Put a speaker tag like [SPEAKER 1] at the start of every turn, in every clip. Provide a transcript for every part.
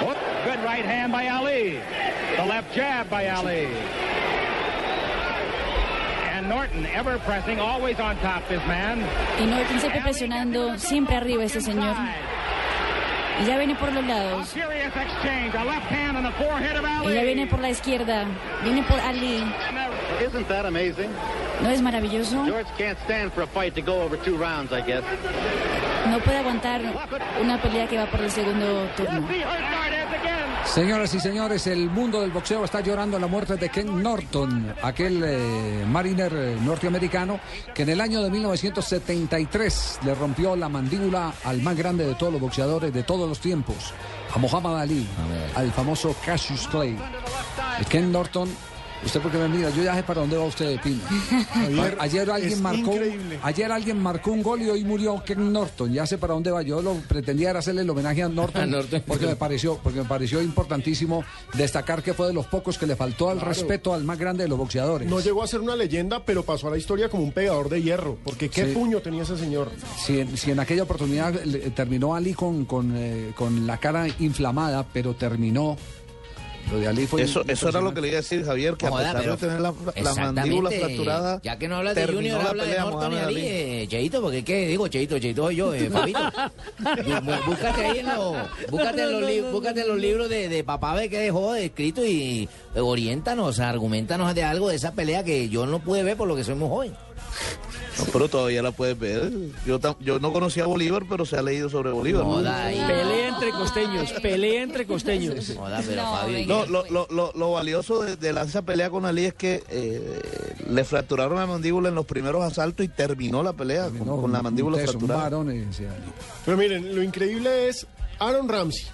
[SPEAKER 1] Hook, good right hand by Ali. The left jab by Ali. And Norton ever pressing, always on top, this man.
[SPEAKER 2] Y Norton siempre presionando, siempre arriba este señor. Y ya viene por los
[SPEAKER 1] A
[SPEAKER 2] lados.
[SPEAKER 1] furious exchange, a left hand on the forehead of
[SPEAKER 2] Y ya
[SPEAKER 1] Ali.
[SPEAKER 2] viene por la izquierda. Viene por Ali.
[SPEAKER 3] Isn't that amazing?
[SPEAKER 2] ¿No es maravilloso?
[SPEAKER 3] George can't stand for a fight to go over two rounds, I guess.
[SPEAKER 2] No puede aguantar una pelea que va por el segundo turno.
[SPEAKER 1] He hurt Nardes again.
[SPEAKER 4] Señoras y señores, el mundo del boxeo está llorando la muerte de Ken Norton, aquel eh, mariner eh, norteamericano que en el año de 1973 le rompió la mandíbula al más grande de todos los boxeadores de todos los tiempos, a Muhammad Ali, al famoso Cassius Clay. El Ken Norton, usted porque me mira, yo ya sé para dónde va usted, Pino. Ayer, ayer alguien marcó, ayer alguien marcó un gol y hoy murió Ken Norton, ya sé para dónde va. Yo lo pretendía era hacerle el homenaje a Norton, porque me pareció, porque me pareció importantísimo destacar que fue de los pocos que le faltó al respeto al más grande de los boxeadores.
[SPEAKER 5] No llegó a ser una leyenda, pero pasó a la historia como un pegador de hierro, porque qué
[SPEAKER 4] Sí.
[SPEAKER 5] puño tenía ese señor.
[SPEAKER 4] Si en, si en aquella oportunidad le- terminó Ali con, con, eh, con la cara inflamada, pero terminó. Lo de Ali fue
[SPEAKER 6] Eso, eso era lo que le iba a decir Javier, que
[SPEAKER 7] Joda,
[SPEAKER 6] a pesar
[SPEAKER 7] pero-
[SPEAKER 6] de tener la, la
[SPEAKER 7] Exactamente.
[SPEAKER 6] mandíbula fracturada,
[SPEAKER 7] Ya que no hablas de
[SPEAKER 6] terminó
[SPEAKER 7] Junior,
[SPEAKER 6] la
[SPEAKER 7] habla de
[SPEAKER 6] pelea
[SPEAKER 7] Morton y
[SPEAKER 6] Muhammad
[SPEAKER 7] Ali,
[SPEAKER 6] Ali.
[SPEAKER 7] eh, Cheito, porque qué digo Cheito, Cheito soy yo, eh, Fabito. Bu- bu- búscate ahí en los, búscate en los, li- búscate en los libros de, de papá ve que dejó escrito y eh, oriéntanos, argumentanos de algo de esa pelea que yo no pude ver por lo que soy muy joven.
[SPEAKER 6] No, pero todavía la puedes ver. Yo, tam- yo no conocía a Bolívar, pero se ha leído sobre Bolívar.
[SPEAKER 7] No,
[SPEAKER 6] No,
[SPEAKER 7] da ahí.
[SPEAKER 8] Pelea entre costeños, pelea entre costeños.
[SPEAKER 7] No, da, pero
[SPEAKER 2] No,
[SPEAKER 7] Fabio,
[SPEAKER 2] venga.
[SPEAKER 6] No, lo, lo- lo- lo valioso de, de la- esa pelea con Ali es que eh, le fracturaron la mandíbula en los primeros asaltos y terminó la pelea con-
[SPEAKER 4] terminó
[SPEAKER 6] con, la mandíbula
[SPEAKER 4] un teso, un
[SPEAKER 6] fracturada.
[SPEAKER 4] varón, eh, ese Ali.
[SPEAKER 5] Pero miren, lo increíble es Aaron Ramsey.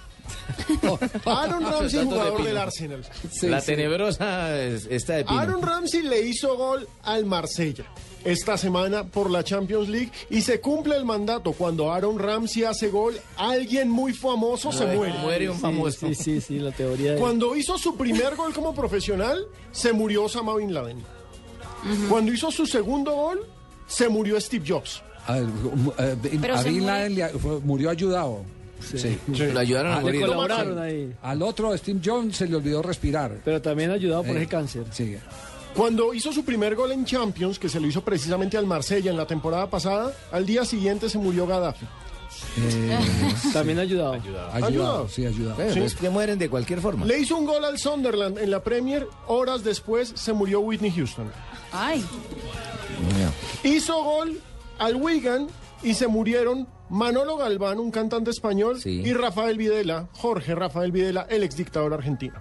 [SPEAKER 7] Ah,
[SPEAKER 5] Aaron Ramsey, jugador del Arsenal.
[SPEAKER 7] la tenebrosa es- esta de Pino.
[SPEAKER 5] Aaron Ramsey le hizo gol al Marsella esta semana por la Champions League y se cumple el mandato. Cuando Aaron Ramsey hace gol, alguien muy famoso se muere.
[SPEAKER 7] Muere un famoso.
[SPEAKER 8] Sí, sí, sí, la teoría de...
[SPEAKER 5] Cuando hizo su primer gol como profesional, se murió Osama Bin Laden. Cuando hizo su segundo gol, se murió Steve Jobs.
[SPEAKER 4] A ver, mu- eh, Bin-
[SPEAKER 2] Pero
[SPEAKER 4] a
[SPEAKER 2] se
[SPEAKER 4] Bin
[SPEAKER 2] muere.
[SPEAKER 4] Laden le- fue- murió ayudado. Sí.
[SPEAKER 7] Lo ayudaron a
[SPEAKER 4] Ah, le
[SPEAKER 7] morir.
[SPEAKER 5] colo-
[SPEAKER 8] Colaboraron ahí,
[SPEAKER 4] Al otro, Steve Jones, se le olvidó respirar.
[SPEAKER 8] pero también ayudado por
[SPEAKER 4] Eh,
[SPEAKER 8] ese cáncer.
[SPEAKER 4] Sí.
[SPEAKER 5] Cuando hizo su primer gol en Champions, que se lo hizo precisamente al Marsella en la temporada pasada, al día siguiente se murió Gaddafi.
[SPEAKER 4] Eh,
[SPEAKER 8] También ayudado.
[SPEAKER 4] ayudado,
[SPEAKER 5] Ayudado. Eh.
[SPEAKER 4] sí, ayudado.
[SPEAKER 7] Bueno, es que mueren de cualquier forma.
[SPEAKER 5] Le hizo un gol al Sunderland en la Premier, horas después se murió Whitney Houston.
[SPEAKER 2] Ay,
[SPEAKER 5] Hizo gol al Wigan y se murieron Manolo Galván, un cantante español,
[SPEAKER 7] Sí.
[SPEAKER 5] y Rafael Videla, Jorge Rafael Videla, el ex dictador argentino.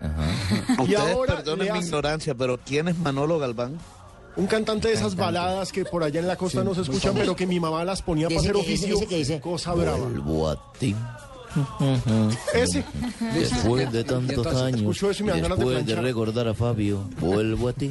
[SPEAKER 5] Y
[SPEAKER 6] Ustedes
[SPEAKER 5] ahora
[SPEAKER 6] perdonen
[SPEAKER 5] le
[SPEAKER 6] mi
[SPEAKER 5] hace-
[SPEAKER 6] ignorancia, pero ¿quién es Manolo Galván?
[SPEAKER 5] Un cantante de esas baladas que por allá en la costa no se escuchan, pero que mi mamá las ponía para
[SPEAKER 7] Dice
[SPEAKER 5] hacer
[SPEAKER 7] que-
[SPEAKER 5] oficio.
[SPEAKER 7] dice que dice,
[SPEAKER 5] Cosa brava.
[SPEAKER 7] Vuelvo a ti.
[SPEAKER 5] Ese.
[SPEAKER 7] Después de tantos
[SPEAKER 4] entonces,
[SPEAKER 7] años,
[SPEAKER 5] escucho eso y me dan ganas de
[SPEAKER 7] después de
[SPEAKER 5] planchar.
[SPEAKER 7] recordar a Fabio, vuelvo a ti.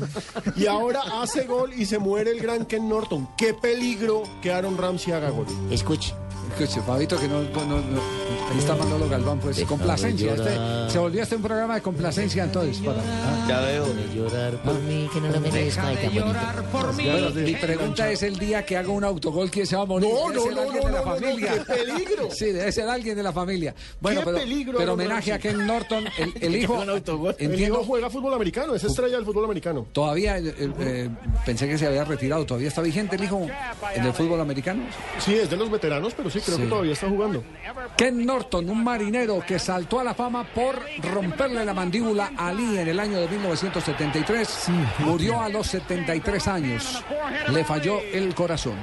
[SPEAKER 5] Y ahora hace gol y se muere el gran Ken Norton. Qué peligro que Aaron Ramsey haga gol.
[SPEAKER 7] Escuche.
[SPEAKER 4] Escuche, Fabito, que no, no- no- no- Ahí está Manolo Galván, pues.
[SPEAKER 7] Déjame
[SPEAKER 4] complacencia. este-
[SPEAKER 7] llorar.
[SPEAKER 4] se volvió este un programa de complacencia, entonces. Para, ah.
[SPEAKER 6] Ya veo.
[SPEAKER 7] Llorar por mí, que no lo merezca. ay, tan bonito.
[SPEAKER 4] Bueno, mi pregunta es: el día que haga un autogol, ¿quién se va a morir?
[SPEAKER 5] No,
[SPEAKER 4] Debe
[SPEAKER 5] no,
[SPEAKER 4] ser
[SPEAKER 5] no,
[SPEAKER 4] alguien
[SPEAKER 5] no,
[SPEAKER 4] de la
[SPEAKER 5] no, no,
[SPEAKER 4] familia.
[SPEAKER 5] qué peligro.
[SPEAKER 4] Sí, debe ser alguien de la familia. Bueno,
[SPEAKER 5] Qué
[SPEAKER 4] pero,
[SPEAKER 5] peligro,
[SPEAKER 4] pero
[SPEAKER 5] don
[SPEAKER 4] homenaje a
[SPEAKER 5] Ramsey.
[SPEAKER 4] Ken Norton, el, el hijo.
[SPEAKER 5] El Diego
[SPEAKER 4] Entiendo,
[SPEAKER 5] juega fútbol americano, es estrella del fútbol americano.
[SPEAKER 4] todavía eh, eh, pensé que se había retirado. ¿Todavía está vigente el hijo en el fútbol americano?
[SPEAKER 5] Sí, es de los veteranos, pero sí, creo que todavía está jugando.
[SPEAKER 4] Ken Norton, un marinero que saltó a la fama por romperle la mandíbula a Lee en el año de 1973, murió a los 73 años. Le falló el corazón.